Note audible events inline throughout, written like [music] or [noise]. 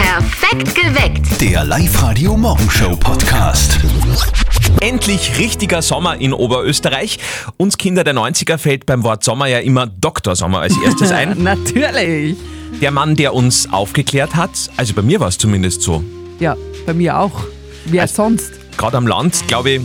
Perfekt geweckt. Der Live-Radio Morgenshow Podcast. Endlich richtiger Sommer in Oberösterreich. Uns Kinder der 90er fällt beim Wort Sommer ja immer Dr. Sommer als erstes [laughs] ein. Natürlich. Der Mann, der uns aufgeklärt hat, also bei mir war es zumindest so. Ja, bei mir auch. Wer sonst? Gerade am Land, glaube ich,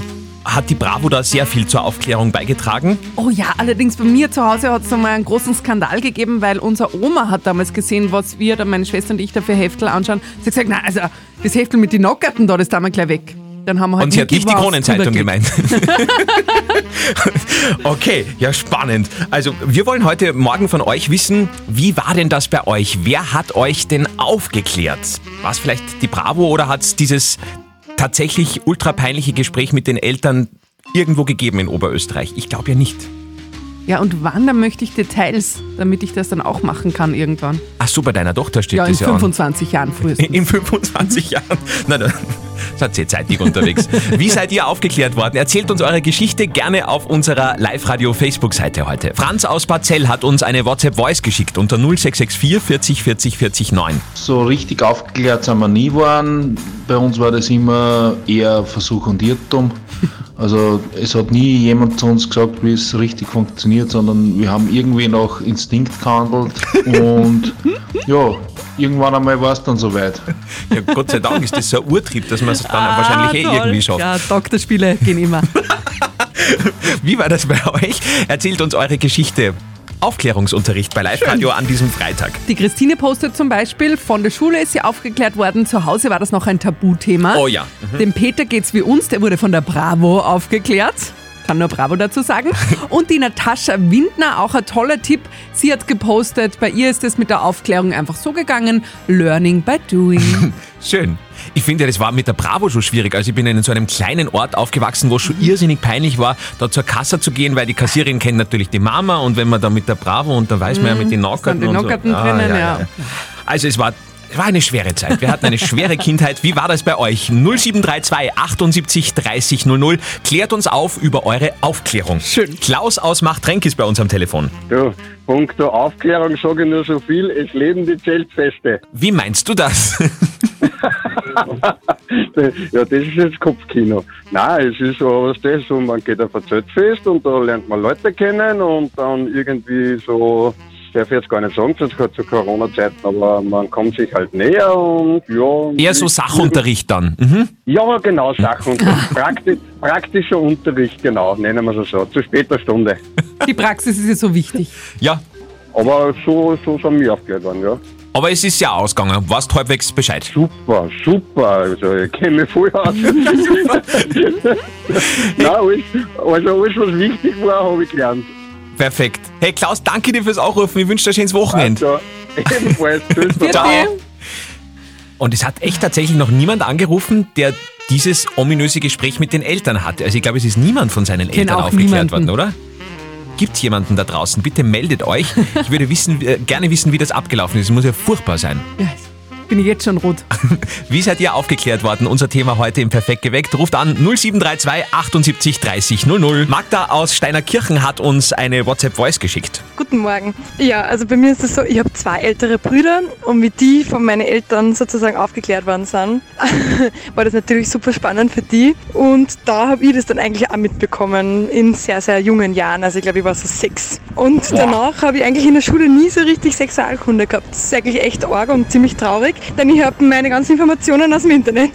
hat die Bravo da sehr viel zur Aufklärung beigetragen. Oh ja, allerdings bei mir zu Hause hat es mal einen großen Skandal gegeben, weil unsere Oma hat damals gesehen, was wir, da meine Schwester und ich, da für Heftel anschauen. Sie hat gesagt, na also das Heftel mit den Nockerten da, das tun wir gleich weg. Dann haben wir halt Und sie hat nicht die gewusst, Kronenzeitung drüber geht. gemeint. [laughs] okay, ja spannend. Also wir wollen heute Morgen von euch wissen, wie war denn das bei euch? Wer hat euch denn aufgeklärt? War es vielleicht die Bravo oder hat es dieses tatsächlich ultra peinliche Gespräch mit den Eltern irgendwo gegeben in Oberösterreich? Ich glaube ja nicht. Ja, und wann, dann möchte ich Details, damit ich das dann auch machen kann irgendwann. Ach so, bei deiner Tochter steht Ja, in das ja an. 25 Jahren [laughs] frühestens. In 25 Jahren. Na, dann seid ihr zeitig unterwegs. Wie seid ihr aufgeklärt worden? Erzählt uns eure Geschichte gerne auf unserer Live-Radio-Facebook-Seite heute. Franz aus Parzell hat uns eine WhatsApp-Voice geschickt unter 0664 40 40 40 9. So richtig aufgeklärt sind wir nie waren. Bei uns war das immer eher Versuch und Irrtum. Also es hat nie jemand zu uns gesagt, wie es richtig funktioniert, sondern wir haben irgendwie nach Instinkt gehandelt und ja, irgendwann einmal war es dann soweit. Ja, Gott sei Dank ist das so ein Urtrieb, dass man es dann wahrscheinlich eh irgendwie schafft. Ah, Ja, Doktorspiele gehen immer. Wie war das bei euch? Erzählt uns eure Geschichte. Aufklärungsunterricht bei Live-Radio an diesem Freitag. Die Christine postet zum Beispiel, von der Schule ist sie aufgeklärt worden, zu Hause war das noch ein Tabuthema. Oh ja. Mhm. Dem Peter geht's wie uns, der wurde von der Bravo aufgeklärt. Kann nur Bravo dazu [laughs] sagen. Und die Natascha Windner, auch ein toller Tipp. Sie hat gepostet, bei ihr ist es mit der Aufklärung einfach so gegangen: Learning by [laughs] Doing. Schön. Ich finde, das war mit der Bravo schon schwierig. Also ich bin in so einem kleinen Ort aufgewachsen, wo es schon irrsinnig peinlich war, da zur Kasse zu gehen, weil die Kassiererin kennt natürlich die Mama und wenn man da mit der Bravo und dann weiß man ja mit den Knockerten sind Mhm, die und so. Ah, Knockerten drinnen, ja. Also es war, es war eine schwere Zeit. Wir hatten eine schwere Kindheit. Wie war das bei euch? 0732 78 30 00. Klärt uns auf über eure Aufklärung. Schön. Klaus aus Machtrenk ist bei uns am Telefon. Du, Punkt der Aufklärung sage ich nur so viel, es leben die Zeltfeste. [laughs] Wie meinst du das? [laughs] ja, das ist jetzt Kopfkino. Nein, es ist so was das, so man geht auf ein Zeltfest und da lernt man Leute kennen und dann irgendwie so, ich darf jetzt gar nicht sagen, das gehört zu Corona-Zeiten, aber man kommt sich halt näher und ja. Eher so Sachunterricht dann. Mhm. Ja, genau, Sachen. [laughs] Prakti praktischer Unterricht, genau, nennen wir es so, zu später Stunde. Die Praxis ist ja so wichtig. Ja, Aber so, so sind wir aufgehört worden, ja. Aber es ist ja ausgegangen. Warst halbwegs Bescheid. Super, super. Also, ich kenne mich voll aus. Nein, alles, also alles, was wichtig war, habe ich gelernt. Perfekt. Hey Klaus, danke dir fürs Aufrufen. Ich wünsche dir ein schönes Wochenende. Also, ebenfalls. Tschüss, Ciao. Und es hat echt tatsächlich noch niemand angerufen, der dieses ominöse Gespräch mit den Eltern hatte. Also ich glaube, es ist niemand von seinen Eltern auch aufgeklärt niemanden. worden, oder? Gibt es jemanden da draußen? Bitte meldet euch. Ich würde wissen, äh, gerne wissen, wie das abgelaufen ist. Es muss ja furchtbar sein. Ja, bin ich jetzt schon rot. Wie seid ihr aufgeklärt worden? Unser Thema heute im Perfekt geweckt. Ruft an 0732 78 30 00. Magda aus Steinerkirchen hat uns eine WhatsApp-Voice geschickt. Guten Morgen. Ja, also bei mir ist es so, ich habe zwei ältere Brüder und wie die von meinen Eltern sozusagen aufgeklärt worden sind, [laughs] war das natürlich super spannend für die. Und da habe ich das dann eigentlich auch mitbekommen in sehr, sehr jungen Jahren. Also ich glaube, ich war so sechs. Und danach habe ich eigentlich in der Schule nie so richtig Sexualkunde gehabt. Das ist eigentlich echt arg und ziemlich traurig, denn ich habe meine ganzen Informationen aus dem Internet.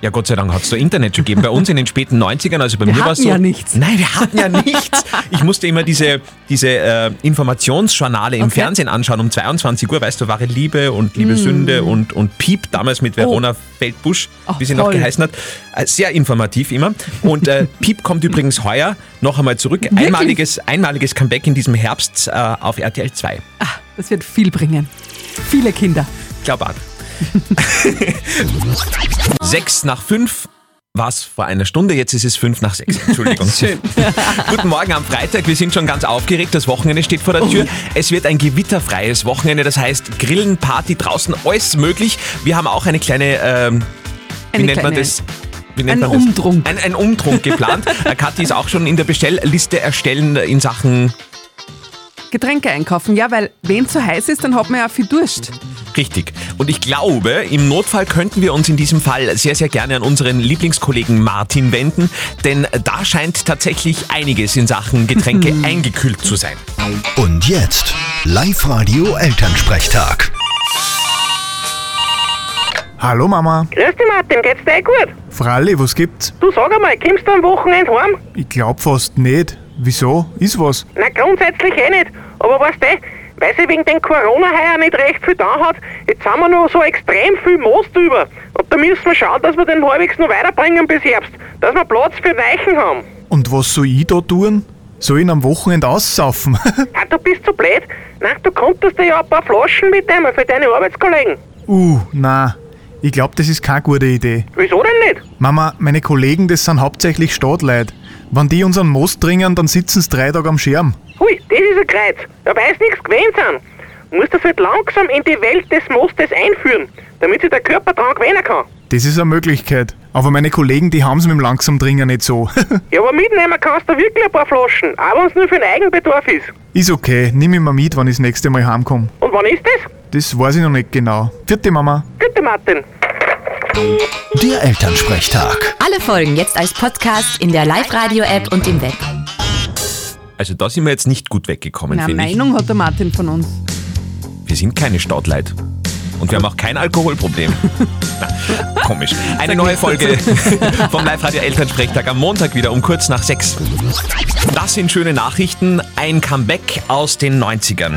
Ja, Gott sei Dank hat's da Internet schon gegeben. Bei uns in den späten 90ern, also bei Wir mir war es hatten so. ja nichts. Nein, wir hatten ja nichts. Ich musste immer diese, diese äh, Informationsjournale im Okay. Mm. Fernsehen anschauen um 22 Uhr. Weißt du, wahre Liebe und Liebe Sünde und, und Piep, damals mit Verona Feldbusch, Oh. Ach, wie sie noch toll. geheißen hat. Äh, Sehr informativ immer. Und [laughs] äh, Piep kommt übrigens heuer noch einmal zurück. Einmaliges, einmaliges Comeback in diesem Herbst äh, auf RTL 2. Das wird viel bringen. Viele Kinder. Glaub an. [laughs] sechs nach fünf war es vor einer Stunde, jetzt ist es fünf nach sechs. [laughs] Entschuldigung. Schön. [laughs] Guten Morgen am Freitag, wir sind schon ganz aufgeregt, das Wochenende steht vor Oh der Tür. Es wird ein gewitterfreies Wochenende, das heißt Grillen, Party draußen, alles möglich. Wir haben auch eine kleine, ähm, wie Eine nennt man kleine- das? Wie nennt Ein man das? Umtrunk. Ein, ein Umtrunk [laughs] geplant. Äh, Kathi ist auch schon in der Bestellliste erstellen in Sachen Getränke einkaufen, ja, weil wenn es so heiß ist, dann hat man ja viel Durst. Richtig. Und ich glaube, im Notfall könnten wir uns in diesem Fall sehr, sehr gerne an unseren Lieblingskollegen Martin wenden, denn da scheint tatsächlich einiges in Sachen [laughs] Getränke eingekühlt zu sein. Und jetzt Live-Radio Elternsprechtag. Hallo Mama. Grüß dich, Martin, geht's dir eh gut? Fralli, was gibt's? Du sag einmal, kommst du am Wochenende heim? Ich glaub fast nicht. Wieso? Ist was? Na, grundsätzlich eh nicht. Aber weißt du, weil sie wegen den Corona heuer nicht recht viel da hat, jetzt haben wir noch so extrem viel Most über. Und da müssen wir schauen, dass wir den halbwegs noch weiterbringen bis Herbst. Dass wir Platz für Weichen haben. Und was soll ich da tun? Soll ich ihn am Wochenende aussaufen? [laughs] Ah, du bist zu blöd. Na, du konntest dir ja ein paar Flaschen mitnehmen für deine Arbeitskollegen. uh, na. Ich glaub, das ist keine gute Idee. Wieso denn nicht? Mama, meine Kollegen, das sind hauptsächlich Stadtleute. Wenn die unseren Most trinken, dann sitzen sie drei Tage am Schirm. Hui, das ist ein Kreuz. Da weiß nichts gewöhnt sind. Du musst das halt langsam in die Welt des Mostes einführen, damit sich der Körper dran gewöhnen kann. Das ist eine Möglichkeit. Aber meine Kollegen, die haben's mit dem langsamen Trinken nicht so. [laughs] Ja, aber mitnehmen kannst du wirklich ein paar Flaschen, auch wenn es nur für den Eigenbedarf ist. ist okay, nimm ihn mal mit, wenn ich das nächste Mal heimkomme. Und wann ist das? Das weiß ich noch nicht genau. Vierte Mama. Gute Martin. Der Elternsprechtag. Alle Folgen jetzt als Podcast in der Live-Radio-App und im Web. Also da sind wir jetzt nicht gut weggekommen, Na, finde ich. Meinung hat der Martin von uns. Wir sind keine Stadtleit. Und wir haben auch kein [laughs] Alkoholproblem. Na, komisch. Eine neue Folge vom Live-Radio Elternsprechtag am Montag wieder um kurz nach sechs. Das sind schöne Nachrichten. Ein Comeback aus den 90ern.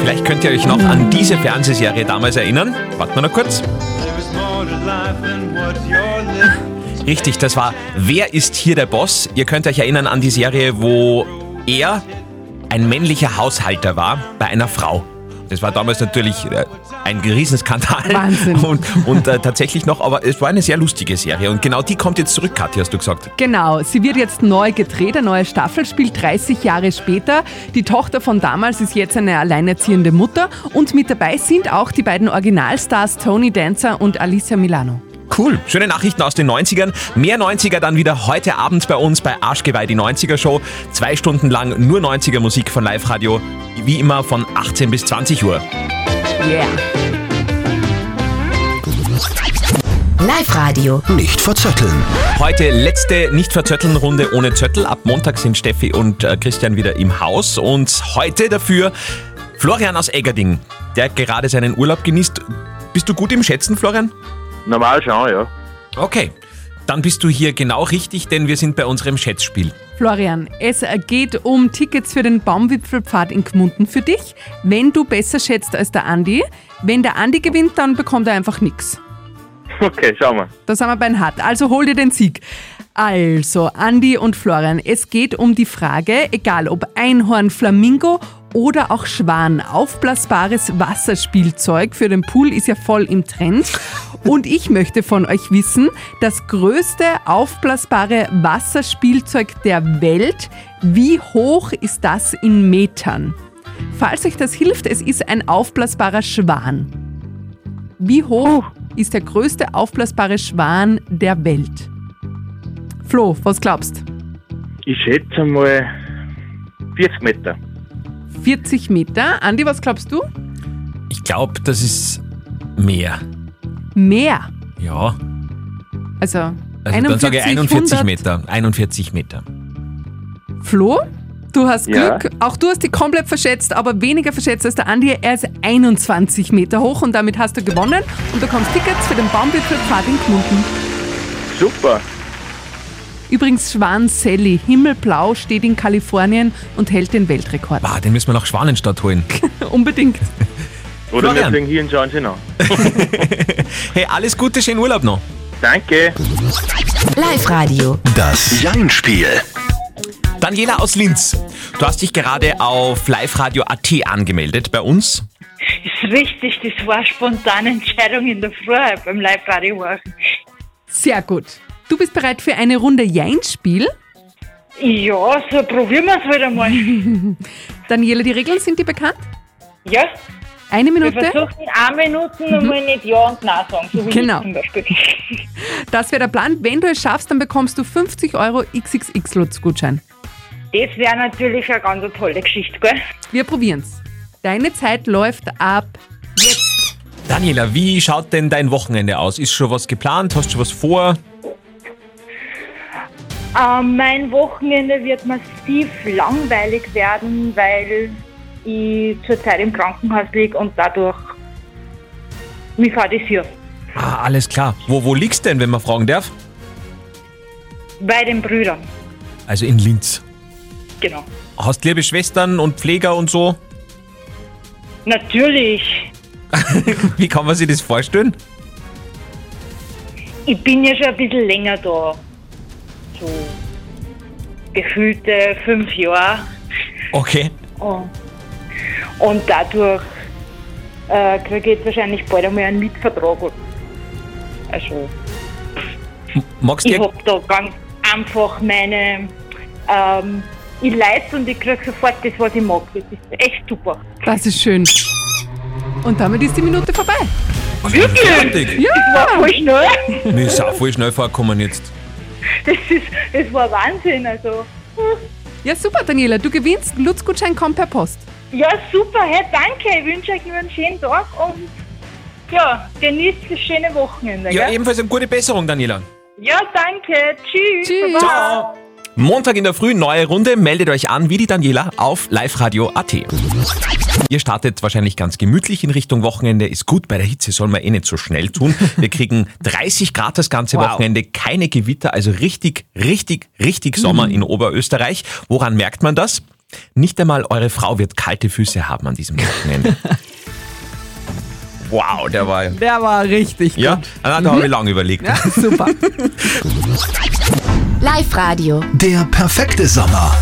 Vielleicht könnt ihr euch noch an diese Fernsehserie damals erinnern. Warten wir noch kurz. Richtig, das war Wer ist hier der Boss? Ihr könnt euch erinnern an die Serie, wo er ein männlicher Haushalter war bei einer Frau. Das war damals natürlich äh, ein Riesenskandal. Wahnsinn. Und, und äh, tatsächlich noch, aber es war eine sehr lustige Serie. Und genau die kommt jetzt zurück, Kathi, hast du gesagt. Genau, sie wird jetzt neu gedreht, eine neue Staffel, spielt 30 Jahre später. Die Tochter von damals ist jetzt eine alleinerziehende Mutter und mit dabei sind auch die beiden Originalstars Tony Dancer und Alicia Milano. Cool. Schöne Nachrichten aus den 90ern. Mehr 90er dann wieder heute Abend bei uns bei Arschgeweih, die 90er Show. Zwei Stunden lang nur 90er Musik von Live Radio. Wie immer von 18 bis 20 Uhr. Yeah. Live-Radio. Nicht verzetteln. Heute letzte Nicht-Verzötteln-Runde ohne Zöttel. Ab Montag sind Steffi und äh, Christian wieder im Haus. Und heute dafür Florian aus Eggerding, der gerade seinen Urlaub genießt. Bist du gut im Schätzen, Florian? Normal schauen, ja. Okay. Dann bist du hier genau richtig, denn wir sind bei unserem Schätzspiel. Florian, es geht um Tickets für den Baumwipfelpfad in Gmunden für dich. Wenn du besser schätzt als der Andi, wenn der Andi gewinnt, dann bekommt er einfach nichts. Okay, schauen wir. Da sind wir beim Hart. Also hol dir den Sieg. Also, Andi und Florian, es geht um die Frage, egal ob Einhorn, Flamingo oder auch Schwan, aufblasbares Wasserspielzeug für den Pool ist ja voll im Trend. Und ich möchte von euch wissen, das größte aufblasbare Wasserspielzeug der Welt, wie hoch ist das in Metern? Falls euch das hilft, es ist ein aufblasbarer Schwan. Wie hoch ist der größte aufblasbare Schwan der Welt? Flo, was glaubst? Ich schätze mal 40 Meter. 40 Meter. Andi, was glaubst du? Ich glaube, das ist mehr. Mehr. Ja. Also, Also 41, dann sage ich 41 100. Meter. 41 Meter. Flo, du hast Ja. Glück. Auch du hast die komplett verschätzt, aber weniger verschätzt als der Andi. Er ist 21 Meter hoch und damit hast du gewonnen und du bekommst Tickets für den Baumwipfelpfad in Gmunden. Super. Übrigens, Schwan Sally, himmelblau, steht in Kalifornien und hält den Weltrekord. [laughs] Bah, den müssen wir nach Schwanenstadt holen. Unbedingt. Oder Florian. wir fliegen hier und schauen sie an. Hey, alles Gute, schönen Urlaub noch. Danke. Live-Radio. Das Jein-Spiel. Daniela aus Linz, du hast dich gerade auf liveradio.at angemeldet bei uns. ist richtig, das war eine spontane Entscheidung in der Früh beim Live-Radio machen. Sehr gut. Du bist bereit für eine Runde Jein-Spiel. Ja, so probieren wir es wieder mal. Daniela, die Regeln sind dir bekannt? Ja, Eine wir Minute, versuchen eine Minute und mal nicht Ja und Nein sagen, so wie Genau. ich zum Beispiel. das wäre der Plan. Wenn du es schaffst, dann bekommst du 50 Euro XXX-Lutz-Gutschein. Das wäre natürlich eine ganz tolle Geschichte, gell? Wir probieren's. Deine Zeit läuft ab jetzt. Daniela, wie schaut denn dein Wochenende aus? Ist schon was geplant? Hast du schon was vor? Ähm, mein Wochenende wird massiv langweilig werden, weil ich zurzeit im Krankenhaus liege und dadurch mich fadisiere. Ah, alles klar. Wo, wo liegst denn, wenn man fragen darf? Bei den Brüdern, Also in Linz. genau. Hast liebe Schwestern und Pfleger und so? Natürlich, [laughs] Wie kann man sich das vorstellen? ich bin ja schon ein bisschen länger da. So gefühlte fünf Jahre. Okay. Und, Oh. und dadurch äh, kriege ich jetzt wahrscheinlich bald einmal einen Mietvertrag. Also, Magst ich du habe da ganz einfach meine. Ähm, ich leite und ich kriege sofort das, was ich mag. Das ist echt super. Das ist schön. Und damit ist die Minute vorbei. Fertig. Ja! Das war voll schnell. Mir ist auch voll schnell vorgekommen jetzt. [laughs] Das, ist, das war Wahnsinn. Also. Ja, super, Daniela. Du gewinnst. Ein Lutzgutschein kommt per Post. Ja, super, hey, danke. Ich wünsche euch nur einen schönen Tag und ja, genießt das schöne Wochenende. Ja, gell? ebenfalls eine gute Besserung, Daniela. ja danke. Tschüss. Tschüss. Baba. Montag in der Früh, neue Runde. Meldet euch an wie die Daniela auf liveradio.at. Ihr startet wahrscheinlich ganz gemütlich in Richtung Wochenende. Ist gut, bei der Hitze soll man eh nicht so schnell tun. Wir kriegen 30 Grad das ganze Wochenende, keine Gewitter, also richtig, richtig, richtig Sommer Mhm. in Oberösterreich. Woran merkt man das? Nicht einmal eure Frau wird kalte Füße haben an diesem [laughs] Wochenende. wow, der war... Der war richtig Ja, gut. da Mhm. habe ich lange überlegt. Ja, [laughs] super. Live-Radio. Der perfekte Sommer.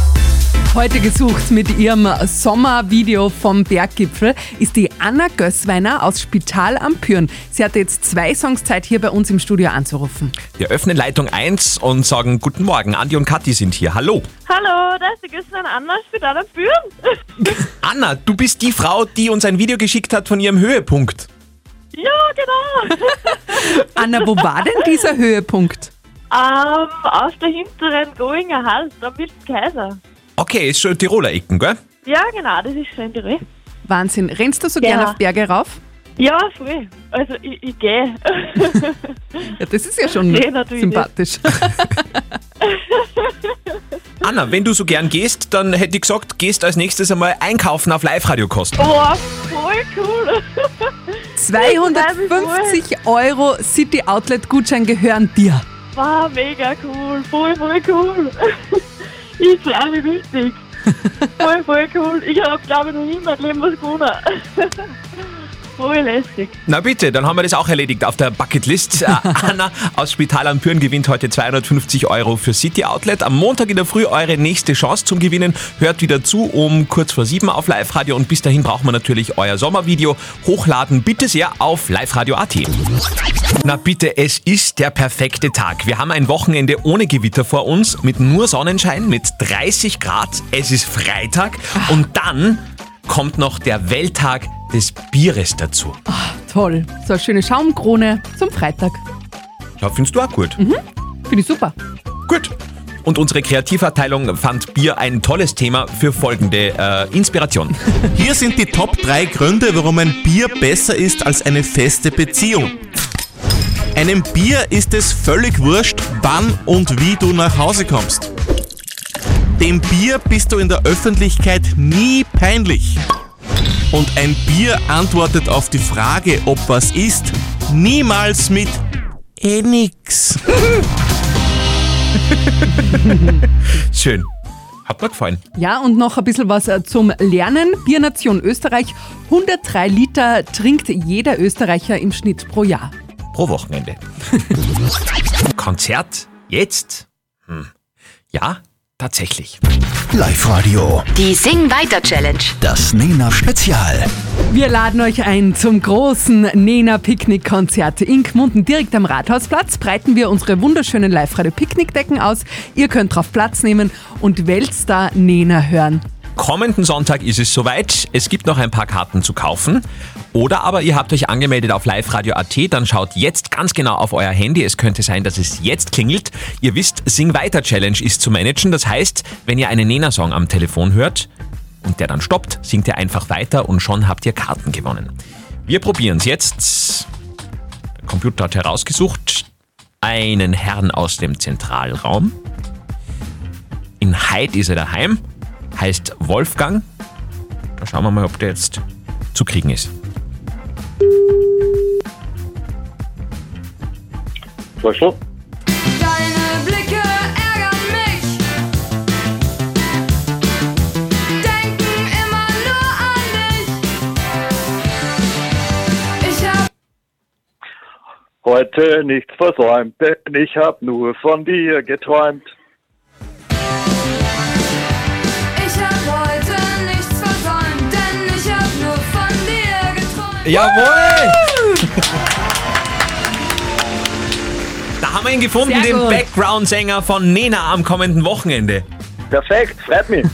Heute gesucht mit ihrem Sommervideo vom Berggipfel ist die Anna Gößweiner aus Spital am Püren. Sie hatte jetzt zwei Songs Zeit, hier bei uns im Studio anzurufen. Wir öffnen Leitung 1 und sagen Guten Morgen. Andi und Kathi sind hier. Hallo. Hallo, da ist die Christian Anna, ich bin da der Bühren. Anna, du bist die Frau, die uns ein Video geschickt hat von ihrem Höhepunkt. [laughs] ja, genau. Anna, wo war denn dieser Höhepunkt? ähm, aus der hinteren Goinger Hall, am Wilden Kaiser. Okay, ist schon Tiroler Ecken, gell? Ja, genau, das ist schön, die Wahnsinn. Rennst du so Ja. gern auf Berge rauf? Ja, voll. Also, ich, ich gehe. Ja, das ist ja schon Nee, natürlich sympathisch. Anna, wenn du so gern gehst, dann hätte ich gesagt, gehst als nächstes einmal einkaufen auf Live-Radio kosten. Boah, voll cool. [laughs] 250 Euro City Outlet Gutschein gehören dir. War mega cool, voll, voll cool. [laughs] ich freue mich richtig. voll, voll cool. Ich habe, glaube ich, noch nie in meinem Leben was gewonnen. [laughs] voll lässig. Na bitte, dann haben wir das auch erledigt auf der Bucketlist. Äh, Anna aus Spital am Püren gewinnt heute 250 Euro für City Outlet. Am Montag in der Früh eure nächste Chance zum Gewinnen. Hört wieder zu um kurz vor sieben auf Live-Radio und bis dahin braucht man natürlich euer Sommervideo. Hochladen bitte sehr auf liveradio.at. Na bitte, es ist der perfekte Tag. Wir haben ein Wochenende ohne Gewitter vor uns, mit nur Sonnenschein, mit 30 Grad. Es ist Freitag und dann kommt noch der Welttag des Bieres dazu. Toll. So eine schöne Schaumkrone zum Freitag. Ja, findest du auch gut. Finde ich super. Gut. Und unsere Kreativabteilung fand Bier ein tolles Thema für folgende äh, Inspiration. Hier sind die Top 3 Gründe, warum ein Bier besser ist als eine feste Beziehung. Einem Bier ist es völlig wurscht, wann und wie du nach Hause kommst. Dem Bier bist du in der Öffentlichkeit nie peinlich. Und ein Bier antwortet auf die Frage, ob was ist, niemals mit eh nix. Schön. Hat mir gefallen. Ja, und noch ein bisschen was äh, zum Lernen. Biernation Österreich. 103 Liter trinkt jeder Österreicher im Schnitt pro Jahr. Pro Wochenende. Konzert jetzt? Hm. Ja, tatsächlich. Live-Radio. Die Sing Weiter Challenge. Das Nena-Spezial. Wir laden euch ein zum großen Nena-Picknick-Konzert in Gmunden direkt am Rathausplatz. Breiten wir unsere wunderschönen Live-Radio-Picknickdecken aus. Ihr könnt drauf Platz nehmen und Weltstar Nena hören. Kommenden Sonntag ist es soweit. Es gibt noch ein paar Karten zu kaufen. Oder aber ihr habt euch angemeldet auf liveradio.at, dann schaut jetzt ganz genau auf euer Handy. Es könnte sein, dass es jetzt klingelt. Ihr wisst, Sing Weiter Challenge ist zu managen. Das heißt, wenn ihr einen Nena-Song am Telefon hört und der dann stoppt, singt ihr einfach weiter und schon habt ihr Karten gewonnen. Wir probieren es jetzt. Der Computer hat herausgesucht einen Herrn aus dem Zentralraum. In Heid ist er daheim, heißt Wolfgang. Da schauen wir mal, ob der jetzt zu kriegen ist. Vorschlag? Deine Blicke ärgern mich. Denken immer nur an dich. Ich hab Heute nichts versäumt, denn ich hab nur von dir geträumt. Ich hab heute nichts versäumt, denn ich hab nur von dir geträumt. Jawohl! [laughs] Da haben wir ihn gefunden, Sehr den gut. Background-Sänger von Nena am kommenden Wochenende. Perfekt, freut mich.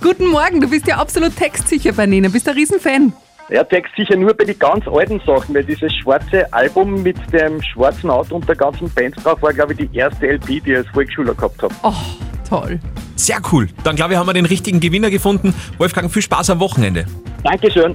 Guten Morgen, du bist ja absolut textsicher bei Nena, bist ein Riesenfan. Er deckt sicher nur bei den ganz alten Sachen, weil dieses schwarze Album mit dem schwarzen Auto und der ganzen Band drauf war, glaube ich, die erste LP, die ich als Volksschüler gehabt habe. Oh, Toll. Sehr cool. Dann glaube ich, haben wir den richtigen Gewinner gefunden. Wolfgang, viel Spaß am Wochenende. Dankeschön.